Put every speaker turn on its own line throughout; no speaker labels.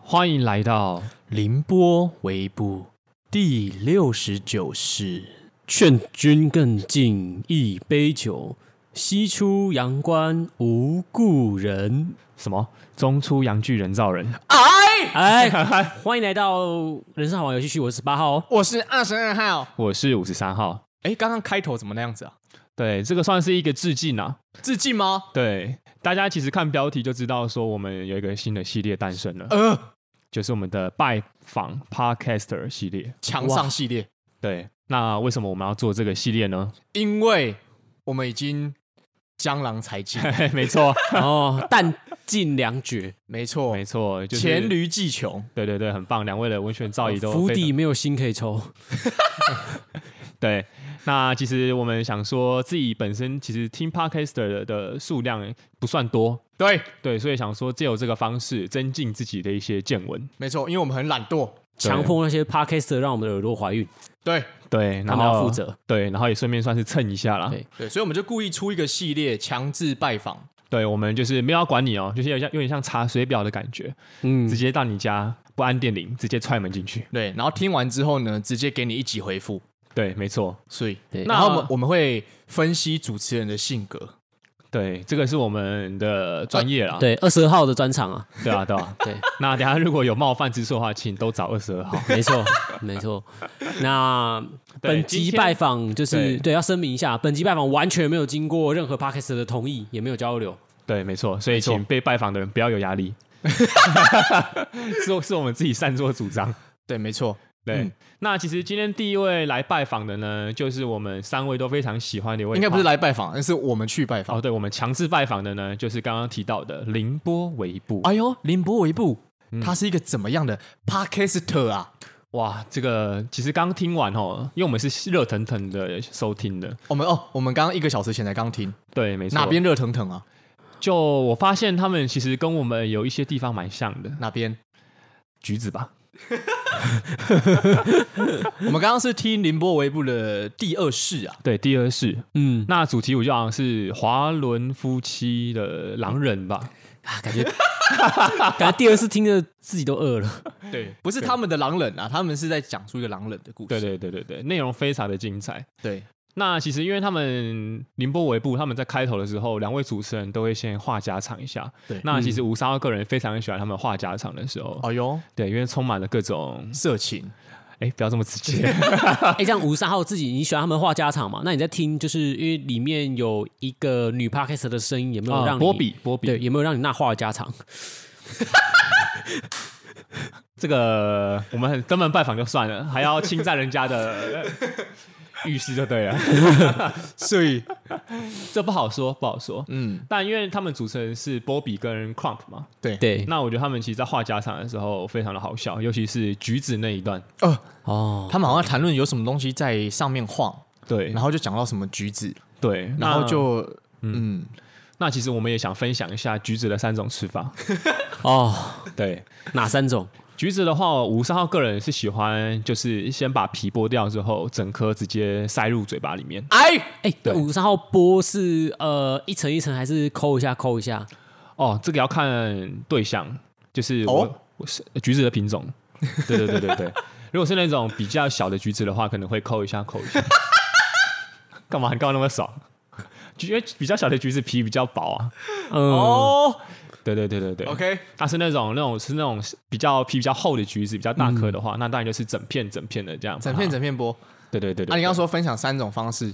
欢迎来到
凌波微步第六十九式，劝君更尽一杯酒，西出阳关无故人。
什么中出洋剧人造人，
哎，欢迎来到人生好玩游戏区，我是八号哦。
我是二十二号。
我是五十三号。
哎，刚刚开头怎么那样子啊？
对，这个算是一个致敬啊。
致敬吗？
对，大家其实看标题就知道，说我们有一个新的系列诞生了，
呃，
就是我们的拜访 Podcaster 系列。
强上系列，
对，那为什么我们要做这个系列 呢？
因为我们已经江郎才 尽，
嘿没错，
哦，弹尽粮绝，
没错
没，错，就是
黔驴技穷。
对对对，很棒，两位的文学造诣都
釜
非常
底没有心可以抽。
对，那其实我们想说，自己本身其实听 podcaster 的的数量不算多，
对，
对，所以想说借由这个方式增进自己的一些见闻。
没错，因为我们很懒惰。
强迫那些 podcaster 让我们的耳朵怀孕，
对
对，
他
然
们要
后啊
负责。
对，然后也顺便算是蹭一下啦。
对
对，所以我们就故意出一个系列，强制拜访。
对，我们就是没有要管你哦，就是有点像有点像查水表的感觉，
嗯
直，接到你家不按电铃，直接踹门进去。
对，然后听完之后呢，直接给你一集回复。
对，没错，
所以，
对
然后我们我们会分析主持人的性格。
对，这个是我们的专业啦。
对，二十二号的专场啊，
对啊，对 啊。
对，
那等一下如果有冒犯之处的话，请都找二十 二号。
没错， 没错。那
对
本
今
集
天
拜访就是
对
对要声明一下，本集拜访完全没有经过任何 podcast 的同意，也没有交流。
对，没错，所以请被拜访的人不要有压 力，是是我们自己擅作主张。
对，没错，
对，
嗯
那其实今天第一位来拜访的呢，就是我们三位都非常喜欢的一位，
应该不是来拜访，而是我们去拜访
哦，。对，我们强制拜访的呢，就是刚刚提到的凌波微步。
哎呦，林博维布，他是一个怎么样的 podcaster 啊？
哇，这个其实刚听完哦，因为我们是热腾腾的收听的，
我们哦，我们刚刚一个小时前才刚听，
对，没错。
哪边热腾腾啊？
就我发现他们其实跟我们有一些地方蛮像的，
哪边？
橘子吧。
我们刚刚是听宁波维布的第二世啊，
对，第二是
嗯，
那主题我就好像是华伦夫妻的狼人吧。
啊感觉感觉第二次听着自己都 饿了。
对，不是他们的狼人啊，他们是在讲述一个狼人的故事。
对对对对对，内容非常的精彩。
对
那其实因为他们宁波维布他们在开头的时候，两位主持人都会先话家常一下。
对
那其实吴三号个人非常喜欢他们话家常的时候，
哦
哎呦，
对，因为充满了各种，
色情，
哎，不要这么直接。
哎、这样吴三号自己你喜欢他们话家常嘛？那你在听，就是因为里面有一个女 podcast 的声 音，有没有让
啊
你、
波比，波比，
对，有没有让你那话家常？
这个我们很登门拜访就算 了，还要侵占人家的呃浴室就对了，
所以
这不好说，不好说。
嗯，
但因为他们主持人是波比跟 Crump 嘛，
对
对，
那我觉得他们其实，在话家常的时候非常的好笑，尤其是橘子那一段。
呃，
哦，
他们好像谈论有什么东西在上面晃，
对
然后就讲到什么橘子，
对，
然后
那
就嗯，
那其实我们也想分享一下橘子的三种吃法。
哦，
对，
哪三种？
橘子的话，吴三号个人是喜欢，就是先把皮剥掉之后，整颗直接塞入嘴巴里面。
哎，
哎、
对
五十三号波是呃一层一层还是抠一下抠一下？
哦，这个要看对象，就是我、
哦
我是橘子的品 种。对对对对对，如果是那种比较小的橘子的话，可能会抠一下抠一下。 干嘛？你干嘛那么爽？橘因为比较小的橘子皮比较薄啊。
嗯，
哦
对对对对对。
，OK，
它是那种那种是那种比较皮比较厚的橘子，比较大颗的话，那当然就是整片整片的这样把它。
嗯整片整片播。
啊对对对对。
啊，你刚刚
说
说分享三种方式，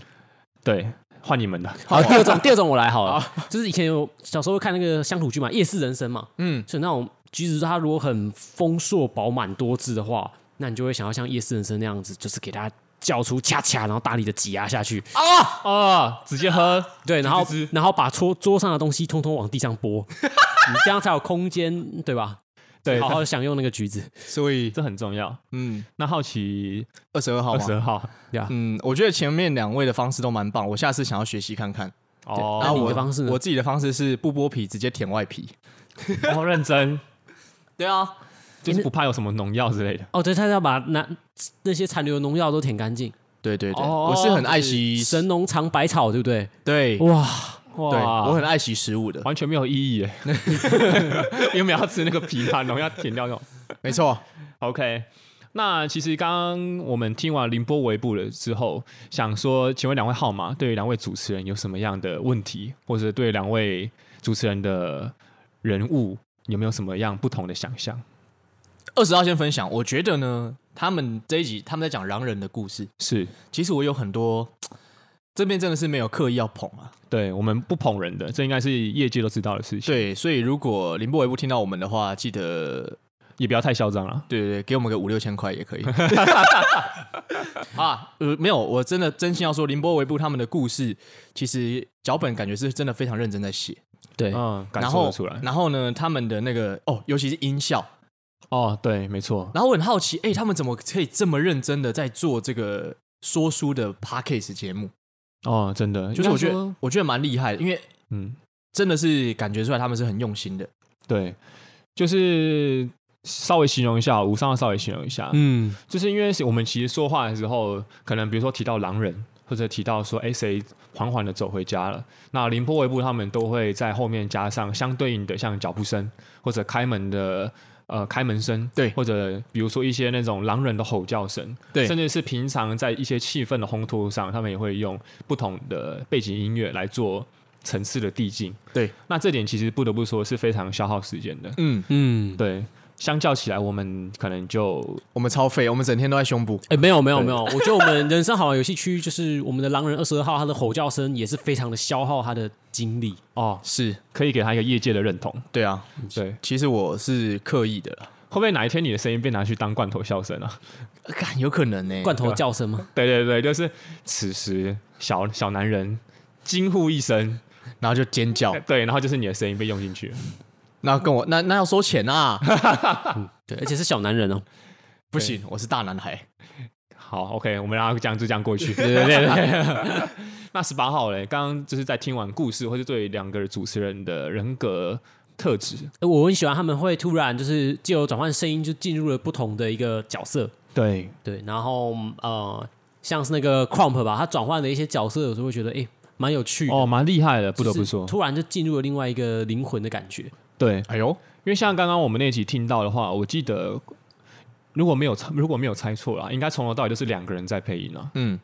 对，换你们的。
好，第二种，第二种我来好了，就是以前有小时候看那个乡土剧嘛，《夜市人生》嘛，
嗯，
所以那种橘子它如果很丰硕、饱满、多汁的话，那你就会想要像《夜市人生》那样子，就是给它叫出恰恰，然后大力的挤压下去，
哦
啊，直接喝。
对，然后
橘子汁
然后把桌桌上的东西通通往地上拨，你这样才有空间，对吧？
对，
好
好
好
好，
地享用那个橘子，
所以
这很重要。
嗯，
那好奇
二十二号
二
吗
十？二号
对吧？
嗯，我觉得前面两位的方式都蛮棒，我下次想要学习看看。
哦，
那
然后
你
啊我
的方式呢
我自己的方式是不剥皮，直接舔外皮。
我认 真，
对啊，
就是不怕有什么农药之类的。
哦，对，它要把那那些残留的农药都舔干净，
对对对，
哦
我是很爱惜，
神农尝百草，对不对？
对对，
哇，
我
哇，
很爱惜食物的。
完全没有意义耶，因为我们要吃那个皮嘛，农药舔掉那种。
没错，
OK，那其实刚刚我们听完凌波微步了之后，想说，请问两位号码对于两位主持人有什么样的问题，或者对两位主持人的人物有没有什么样不同的想象？
二十号先分享，我觉得呢，他们这一集他们在讲狼人的故事，
是
其实我有很多这边真的是没有刻意要捧啊。
对我们不捧人的，这应该是业界都知道的事情，
对，所以如果林波维不听到我们的话，记得
也不要太嚣张了。
对对对，给我们个五六千块也可以。 啊，呃，没有，我真的真心要说，林波维布他们的故事，其实脚本感觉是真的非常认真在写，
对，
嗯，感
然
受
后
得出来。
然后呢，他们的那个哦，尤其是音效，
哦，对，没错，
然后我很好奇，哎、他们怎么可以这么认真的在做这个说书的 podcast 节目？
哦，真的，
就是我
应该
觉
说
得，我觉得蛮厉害的，因为
嗯，
真的是感觉出来他们是很用心的。
对，就是稍微形容一下，无伤的稍微形容一下，
嗯，
就是因为我们其实说话的时候，可能比如说提到狼人，或者提到说，哎，谁缓缓的走回家了？那凌波微步他们都会在后面加上相对应的，像脚步声或者开门的呃开门声，
对
或者比如说一些那种狼人的吼叫声，
对
甚至是平常在一些气氛的烘托上，他们也会用不同的背景音乐来做层次的递进。
对，
那这点其实不得不说是非常消耗时间的，
嗯，
嗯，
对。相较起来，我们可能就
我们超废，我们整天都在胸部。
哎、没有没有
对
没有，我觉得我们人生好玩游戏区就是我们的狼人二十二号，他的吼叫声也是非常的消耗他的精力。
哦，
是，
可以给他一个业界的认同。
对啊，
对，
其实我是刻意的啦，
会不会哪一天你的声音被拿去当罐头笑声啊？
干有可能欸呢、
罐头叫声吗？
对对对，就是此时小小男人惊呼一声，
然后就尖叫
哎，对，然后就是你的声音被用进去了。
然后跟我那那要收钱 啊！
对，而且是小男人哦。
不行，我是大男孩。
好，OK，我们让他这样就这样过 去。对对对对。 那十八号嘞，刚刚就是在听完故事，或是对两个主持人的人格特质，
哎我很喜欢他们会突然就是借由转换声音就进入了不同的一个角色。
对
对，然后呃，像是那个 Crump 吧，他转换的一些角色，有时候会觉得哎，诶蛮、有趣的。
哦，蛮厉害的，不
就是
得不说，
突然就进入了另外一个灵魂的感觉。
对，
哎呦，
因为像刚刚我们那集听到的话，我记得如果没有猜如果没有猜错啦，应该从头到尾就是两个人在配音啊。
嗯，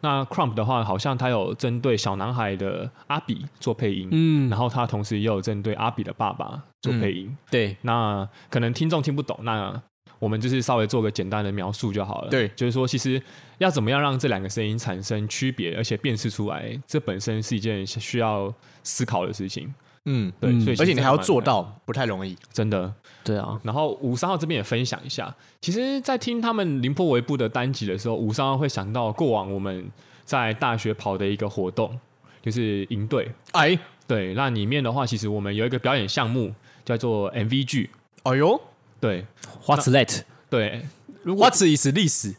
那 Crump 的话，好像他有针对小男孩的阿比做配音，
嗯，
然后他同时也有针对阿比的爸爸做配音。
嗯
对，
那可能听众听不懂，那我们就是稍微做个简单的描述就好了。
对
就是说，其实要怎么样让这两个声音产生区别，而且辨识出来，这本身是一件需要思考的事情。
嗯，
对，
嗯
所以其实
而且你还要做
蛮难的，
到，不太容易。
真的。
对啊，
然后五三号这边也分享一下，其实，在听他们凌波微步的单集的时候，五三号会想到过往我们在大学跑的一个活动，就是营队。
哎，
对，那里面的话，其实我们有一个表演项目叫做 MV 剧。
哎呦
对
What's that？
对，如果
，What is 历史？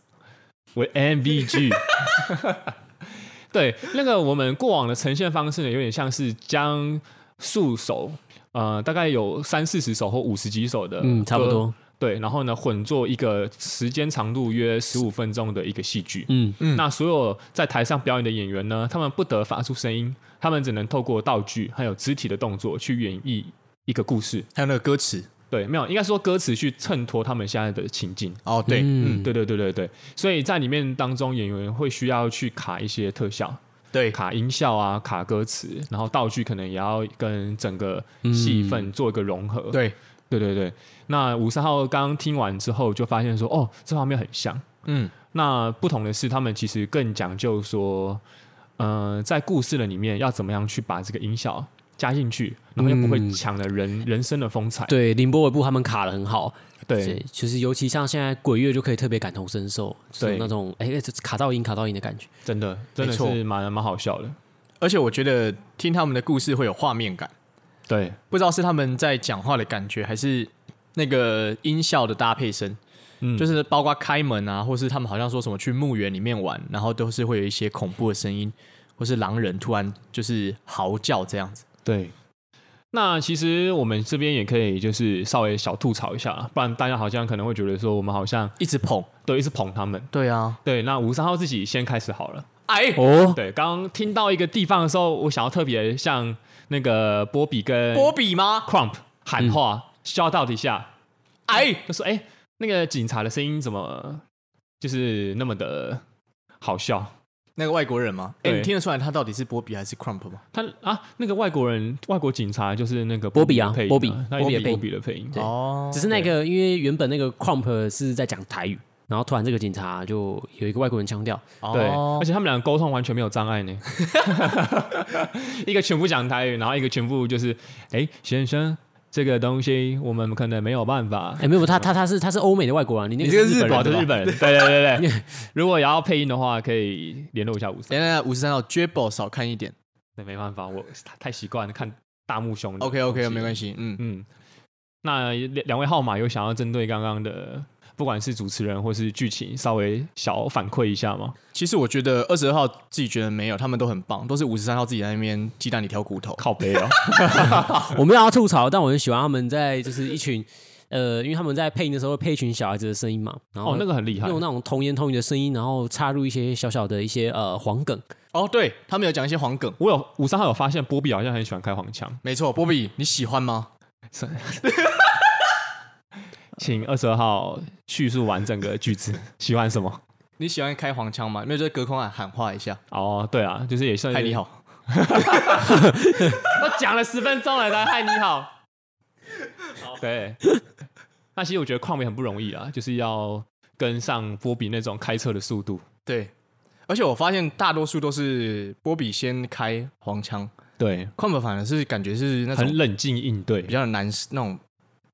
为 MV 剧，对，那个我们过往的呈现方式呢，有点像是将数首，呃，大概有三四十首或五十几首的，
嗯，差不。多。
对，然后呢，混做一个时间长度约十五分钟的一个戏剧。
嗯，
嗯
那所有在台上表演的演员呢，他们不得发出声音，他们只能透过道具还有肢体的动作去演绎一个故事。
还有那个歌词。
对，没有，应该说歌词去衬托他们现在的情境。
哦，对，
嗯
嗯，
对对对对对，所以在里面当中，演员会需要去卡一些特效，
对，
卡音效啊，卡歌词，然后道具可能也要跟整个戏份做一个融合。
对，
对对对，那五三号刚刚听完之后，就发现说，哦，这方面很像。
嗯，
那不同的是，他们其实更讲究说，呃，在故事的里面要怎么样去把这个音效加进去，然后又不会
嗯
抢了人、人生的风采。
对，凌波尾部他们卡的很好。
对，
就是尤其像现在鬼月就可以特别感同身受，就是
对
那种哎、哎这卡到音卡到音的感觉。
真的真的
没错
是蛮蛮好笑的。
而且我觉得听他们的故事会有画面感，
对，
不知道是他们在讲话的感觉，还是那个音效的搭配声，
嗯，
就是是包括开门啊，或是他们好像说什么去墓园里面玩，然后都是会有一些恐怖的声音，或是狼人突然就是嚎叫这样子。
对。那其实我们这边也可以就是稍微小吐槽一下啦，不然大家好像可能会觉得说我们好像
一直捧。
都一直捧他们。
对啊，
对，那五三号自己先开始好了。
哎，
哦，
对，刚刚听到一个地方的时候，我想要特别向那个波比跟
波比吗？
嗯
Crump 喊话，shout out 一下。哎，就说哎、那个警察的声音怎么就是那么的好笑？
那个外国人吗？哎、
对
你听得出来他到底是波比还是 Crump 吗？
他啊，那个外国人，外国警察就是那个
波比啊
的配音
波比
他
波比
也
的
是
配音
波比的配音，
对
哦
只是那个，因为原本那个 Crump 是在讲台语，然后突然这个警察就有一个外国人腔调，
对，而且他们两个沟通完全没有障碍 呢，一个全部讲台语，然后一个全部就是，哎、先生，这个东西我们可能没有办法
哎、。没有，他他他是他是欧美的外国人，你那
你
个
这
是
个
日
哦，
本
日本
人
人
对
对
日
吧
本人，对对对对。 如果也要配音的话，可以联络一下五三。
等等，五十三号 j a b o 少看一点。
那 没办法，我太习惯了看大木兄的。
OK OK，没关。系。嗯，
嗯，那两两位号码有想要针对刚刚的，不管是主持人或是剧情，稍微小反馈一下吗？
其实我觉得二十二号自己觉得没有，他们都很棒，都是五十三号自己在那边鸡蛋里挑骨头。
靠背 哦，
我没有要吐槽，但我很喜欢他们在就是一群呃，因为他们在配音的时候会配一群小孩子的声音嘛，然后
哦，那个很厉害。
用那种童言童语的声音，然后插入一些小小的一些呃黄梗，
哦，对他们有讲一些黄梗。
我有五三号有发现，波比好像很喜欢开黄腔，
没错，波比，你喜欢吗？
请二十二号叙述完整个句子， 喜欢什么？
你喜欢开黄腔吗？没有，就在隔空喊喊话一下。
哦，对啊，就是也算
嗨，你
好，
好。
我讲了十分钟了，大家嗨你好。对，那其实我觉得旷美很不容易啊，就是要跟上波比那种开车的速度。
对，而且我发现大多数都是波比先开黄腔，
对，
矿本反而是感觉是那
很
种
冷静应对
比。较难那种，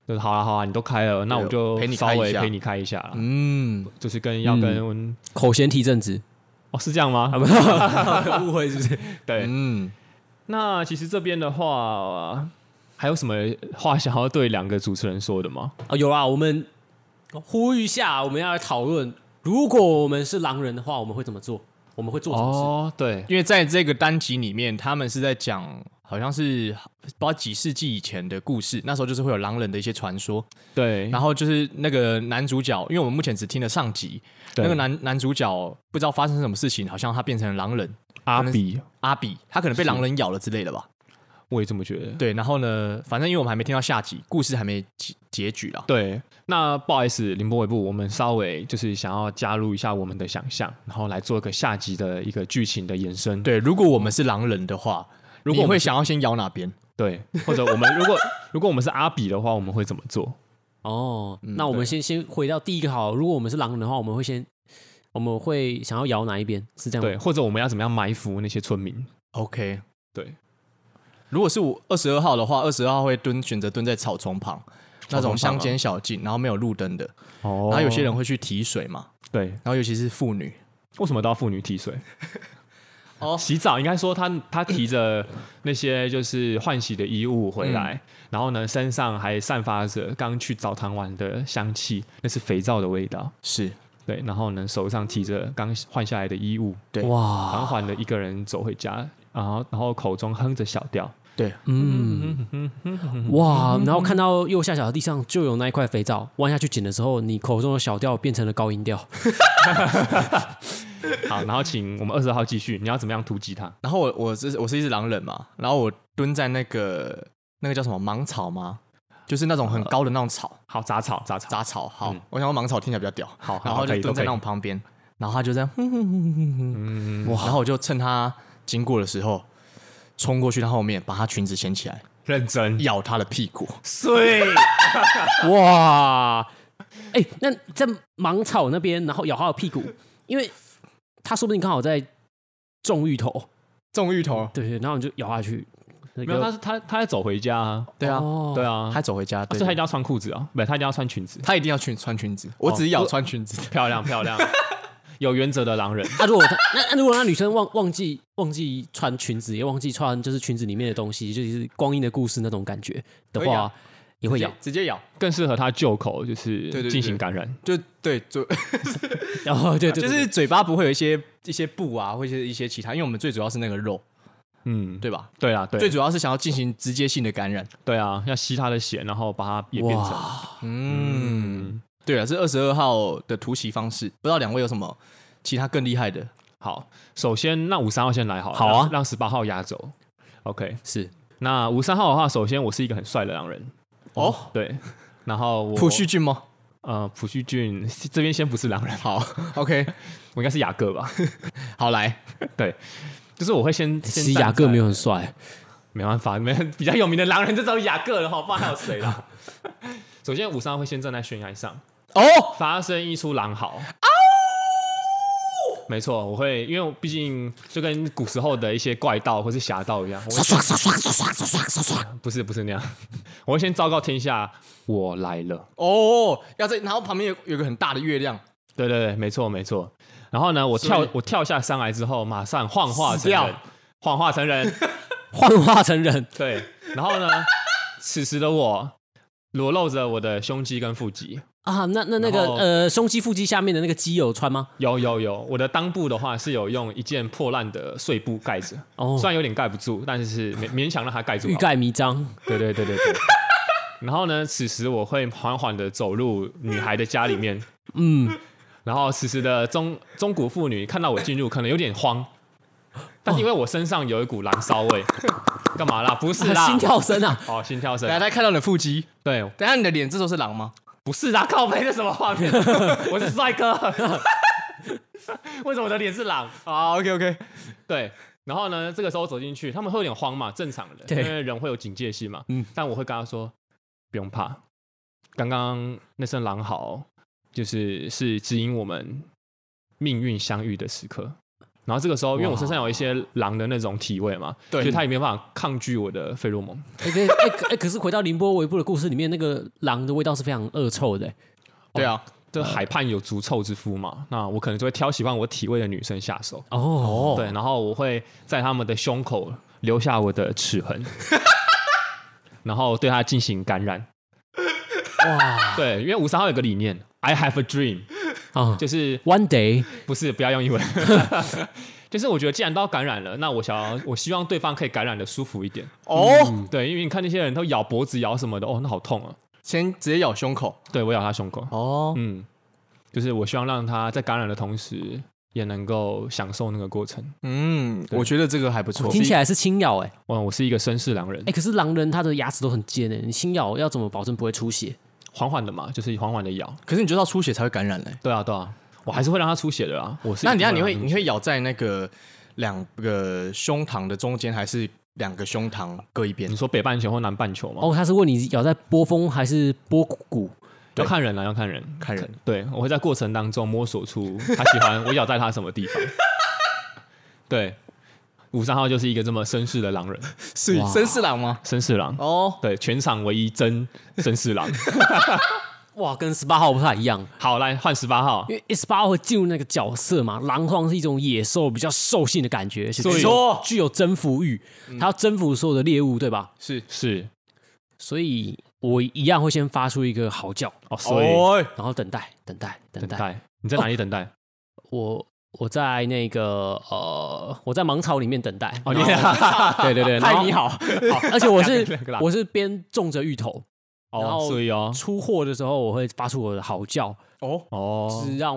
就是好啊好啊，你都开了，那我就
陪你
稍
开一
微
下
陪你开一下啦。
嗯，
就是跟要跟
口嫌体正直，
哦，是这样 吗？
误会是不是？
对，
啊嗯，
那其实这边的话，还有什么话想要对两个主持人说的吗？
啊，有啦，我们呼吁一下，我们要来讨论，如果我们是狼人的话，我们会怎么做？我们会做什么事？
哦，对，
因为在这个单集里面，他们是在讲好像是不知道几世纪以前的故事，那时候就是会有狼人的一些传说，
对，
然后就是那个男主角，因为我们目前只听了上集，
对
那个男男主角不知道发生什么事情，好像他变成了狼人
阿比，
阿比，他可能被
是
狼人咬了之类的吧。
我也这么觉得。
对，然后呢，反正因为我们还没听到下集，故事还没结结局啦。
对，那不好意思，林波尾部，我们稍微就是想要加入一下我们的想象，然后来做一个下集的一个剧情的延伸。
对，如果我们是狼人的话，如
果
果
我们
会
是
想要先咬哪边？
对，或者我们如果如果我们是阿比的话，我们会怎么做？
哦，那我们
嗯对
先先回到第一个好了，如果我们是狼人的话，我们会先我们会想要摇哪一边？是这样
对，
吗？
或者我们要怎么样埋伏那些村民？
OK，
对，
如果是我二十二号的话，二十二号会蹲选择蹲在草丛旁，那种乡间小径，然后没有路灯的，
啊哦
然后有些人会去提水嘛，
对，
然后尤其是妇女，
为什么都要妇女提水？
哦
洗澡应该说他他提着那些就是换洗的衣物
嗯
回来，然后呢身上还散发着刚去澡堂玩的香气，那是肥皂的味道。
是
对，然后呢手上提着刚换下来的衣物，
对
哇，
缓缓的一个人走回家，然后然后口中哼着小调。
对，
嗯，哇，然后看到右下角的地上就有那一块肥皂，弯下去捡的时候，你口中的小调变成了高音 调。
好，然后请我们二十号继续，你要怎么样突击他？
然后我我是我是一只狼人嘛，然后我蹲在那个那个叫什么芒草吗？就是那种很高的那种草，
好，杂草杂草，
杂草。好，
嗯
我想要芒草听起来比较屌。
好好
然后
可以
就蹲
都可
在
以
那种旁边，然后他就这样，哼哼哼哼哼
嗯，
然后我就趁他经过的时候冲过去他后面，把他裙子掀起来，
认真
咬他的屁股。
碎。
哇，哎、那在芒草那边，然后咬他的屁股，因为他说不定刚好在种芋头，
中芋
哦
头，
对对，然后你就咬下去。那
没有，
个
他是他他在走回家啊，
对啊，
哦
对啊，
他走回家，
啊
对
所以他一定
对
要哦穿裤子啊，不，他一定要穿裙子。
他一定要去穿裙子，我只咬穿裙子。
漂亮漂 亮，有原则的狼人。
啊，如果他那那如果那女生忘忘记忘记穿裙子，也忘记穿就是裙子里面的东西，就是光阴的故事那种感觉的
会
话
咬，
也会咬。
直接咬，
更适合他救口，就是
对对对
进行感染。
就对，就
然后对对，
啊就
对
是嘴巴不会有一些一些布啊，或者一些其他，因为我们最主要是那个肉，
嗯，
对吧？
对啊，
最
对
主要是想要进行直接性的感染。
对啊，要吸他的血，然后把他也变成
哇，
嗯，
嗯
对了，是二十二号的突袭方式，不知道两位有什么其他更厉害的？
好。首先，那五三号先来好了，
好啊
让让十八号压轴。OK，
是
那五三号的话，首先我是一个很帅的狼人，
哦，
对然后我
朴叙俊吗？
呃朴叙俊这边先不是狼人，
好 ，OK，
我应该是雅各吧？
好来，
就是我会先
其
先
实
站
雅各
在
没有很帅，
没办法，没比较有名的狼人就只有雅各了哈，不然还有谁啦？ 首先，五三会先站在悬崖上，
哦，
发生一出狼嚎。
哦
没错，我会，因为我毕竟就跟古时候的一些怪盗或是侠盗一样，我会
刷刷刷刷刷刷刷刷刷，
不是不是那样， 我会先昭告天下，我来了。
哦，要在，然后旁边有有个很大的月亮，
对对对，没错没错。然后呢，我跳
所以
我跳下山来之后，马上幻化
死
成
掉
人，幻化成 人，
幻化成人，
对，然后呢，此时的我裸露着我的胸肌跟腹肌，
啊，那那那个
然后
呃，胸肌、腹肌下面的那个肌有穿吗？
有有有，我的裆部的话是有用一件破烂的碎布盖着，
哦
虽，然有点盖不住，但是勉勉强让它盖住。
欲，盖弥彰，
对对对对 对。然后呢，此时我会缓缓的走入女孩的家里面，
嗯，
然后此时的中中古妇女看到我进入，可能有点慌，但是因为我身上有一股燃烧味， 干嘛啦？不是啦，
心跳声啊，
哦，心跳声
等，下他看到你的腹肌，
对，
等下你的脸这时候是狼吗？
不是啦，靠背的什么画面？ 我是帅哥， 为什么我的脸是狼？
啊，OK OK，
对，然后呢，这个时候走进去，他们会有点慌嘛，正常的，因
对
为人会有警戒心嘛。
嗯
但我会跟他说，不用怕，刚刚那声狼嚎，就是是指引我们命运相遇的时刻。然后这个时候，因为我身上有一些狼的那种体味嘛，
对
嗯
所以他也没办法抗拒我的费洛蒙。
哎可哎可哎，可是回到凌波微步的故事里面，那个狼的味道是非常恶臭的，
对啊，
嗯
这海畔有足臭之夫嘛，那我可能就会挑喜欢我体味的女生下手。
哦，
对，然后我会在他们的胸口留下我的齿痕， 然后对他进行感染。哇，对，因为五三号有个理念，I have a dream，
啊
就是
，One day，
不是不要用英 文，就是我觉得既然都要感染了，那我想要，我希望对方可以感染的舒服一点。
哦，
嗯
对，因为你看那些人都咬脖子、咬什么的，哦，那好痛啊！
先直接咬胸口，
对我咬他胸口，
哦，
嗯，就是我希望让他在感染的同时，也能够享受那个过程。
嗯，我觉得这个还不错，
听起来是轻咬哎，
哇，我是一个绅士狼人
哎，，可是狼人他的牙齿都很尖哎，你轻咬要怎么保证不会出血？
缓缓的嘛，就是缓缓的咬。
可是你就是要出血才会感染嘞。
对啊，对啊，我还是会让他出血的啦。我是
那
一
你
定
那你会
让他
你会咬在那个两个胸膛的中间，还是两个胸膛各一边
你？说北半球或南半球吗？
哦，他是问你咬在波峰还是波谷？
要
对
看人啦，要看人。
看人
对，我会在过程当中摸索出他喜欢我咬在他什么地方。对，五三号就是一个这么绅士的狼人，
是
哇
绅士狼吗？
绅士狼。
哦，
对，全场唯一真绅士狼。
哇，跟十八号不太一样，
好，来换十八号。
因为十八号会进入那个角色嘛，狼皇是一种野兽，比较兽性的感觉，所
所以
具有具有征服欲，它要征服所有的猎物，对吧？
是
是
所以我一样会先发出一个嚎叫，
哦，所以、
哦，
然后等待，等待，等
等
待。
待，你在哪里等待？
我我在那个呃，我在芒草里面等待。
哦，你对对对，
嗨
嗨，
你
你好，
而且我 是
两个狼
我是边种着芋头，然
哦，
后
所以哦，
出货的时候我会发出我的嚎叫，
哦
哦
是让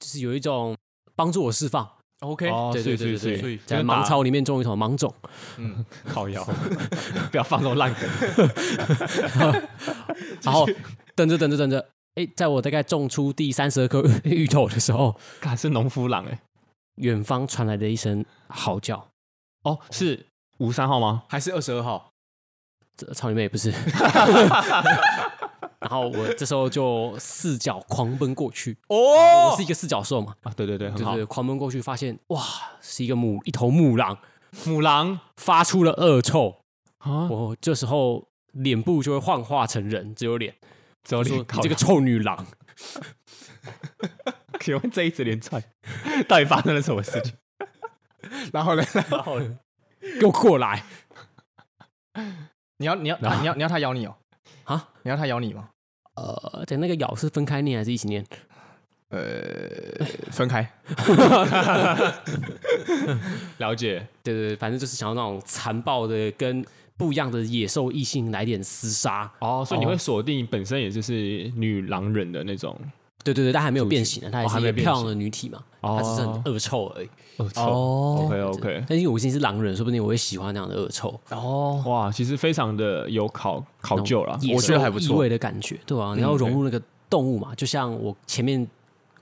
就是有一种帮助我释放。
，OK，
哦，
对对对
是
对
是
对
是，
在芒草里面种一头芒种，
嗯，
靠腰，不要放这种烂梗。
然后等着等着等着，哎，在我大概种出第三十二颗 芋头的时候，
看是农夫狼哎、
远方传来的一声嚎叫，
哦，是五三号吗？
还是二十二号，
这草里面也不是。然后我这时候就四脚狂奔过去，我
哦
是一个四脚兽嘛，
啊，对对对，很
就
好
是。狂奔过去，发现哇，是一个母一头母狼，
母狼
发出了恶臭，
啊，
我这时候脸部就会幻化成人，只有脸，
只有
说
脸
你
靠
这个
腰，
臭女郎。
请问这一直连串到底发生了什么事情？
然后呢？
然后给我过来
你要你要
然后
他你要你要他咬你哦，
啊！
你要他咬你吗？
呃，等那个咬是分开念还是一起念？
呃，分开，
了解，
对对对，反正就是想要那种残暴的，跟不一样的野兽异性来点厮杀。
哦哦，所以你会锁定本身也就是女狼人的那种
对对对，她还没有变形呢，她
哦
还
还
是
没
一个
有变
漂亮的女体嘛，
哦
她只是很恶臭而已。
恶臭。
哦
OK OK，
但因为我已经是狼人，说不定我会喜欢那样的恶臭，
哦，
哇，其实非常的有考考究啦。
野
我觉得
兽
还不错
异味的感觉，对吧、啊你要融入那个动物嘛，就像我前面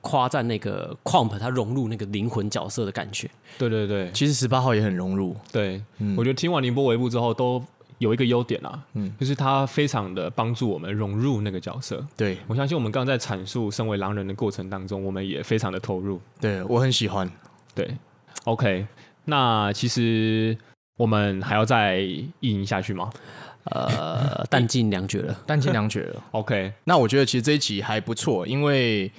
夸赞那个 Quamp，它融入那个灵魂角色的感觉。
对对对
其实十八号也很融入，
对，
嗯
我觉得听完宁波维布之后，都有一个优点啊，
嗯
就是他非常的帮助我们融入那个角色。
对
我相信我们刚刚在阐述身为狼人的过程当中，我们也非常的投入。
对，我很喜欢。
对，OK，那其实我们还要再印下去吗
呃，弹尽粮绝了，
但尽量觉得，
？OK，
那我觉得其实这一集还不错，因为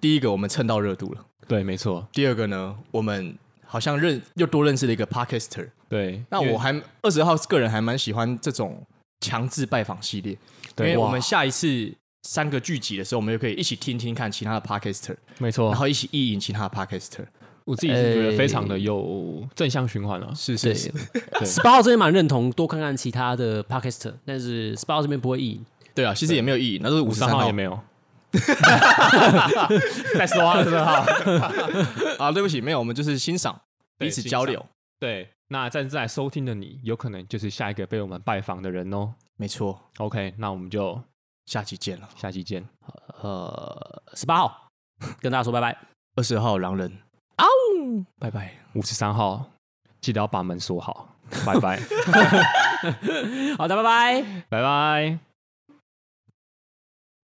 第一个我们蹭到热度了，
对，没错，
第二个呢，我们好像认又多认识了一个 podcaster。
对。
那
因为
我还二十号个人还蛮喜欢这种强制拜访系列，因
对
为我们
哇
下一次三个聚集的时候，我们就可以一起听听看其他的 podcaster，、
没错
然，后一哎起意淫其他的 podcaster。
我自己是觉得非常的有正向循环啊。
是
对
是是，
十八号这边蛮认同，多看看其他的 Podcast，但是十八号这边不会意淫。
对啊，其实也没有意淫，那都是五
五
十
三
三
号
号
也没 有，在说啊，真的哈。
啊，对不起，没有，我们就是欣赏
对
彼此交
欣
流，
对，那正在收听的你，有可能就是下一个被我们拜访的人哦。
没错，
OK，那我们就
下期见了，
下期见。
呃，十八号跟大家说拜 拜。
二十号狼人，啊、拜拜。
五十三号，记得 要把门锁好。拜拜，
好的，拜拜。
拜拜。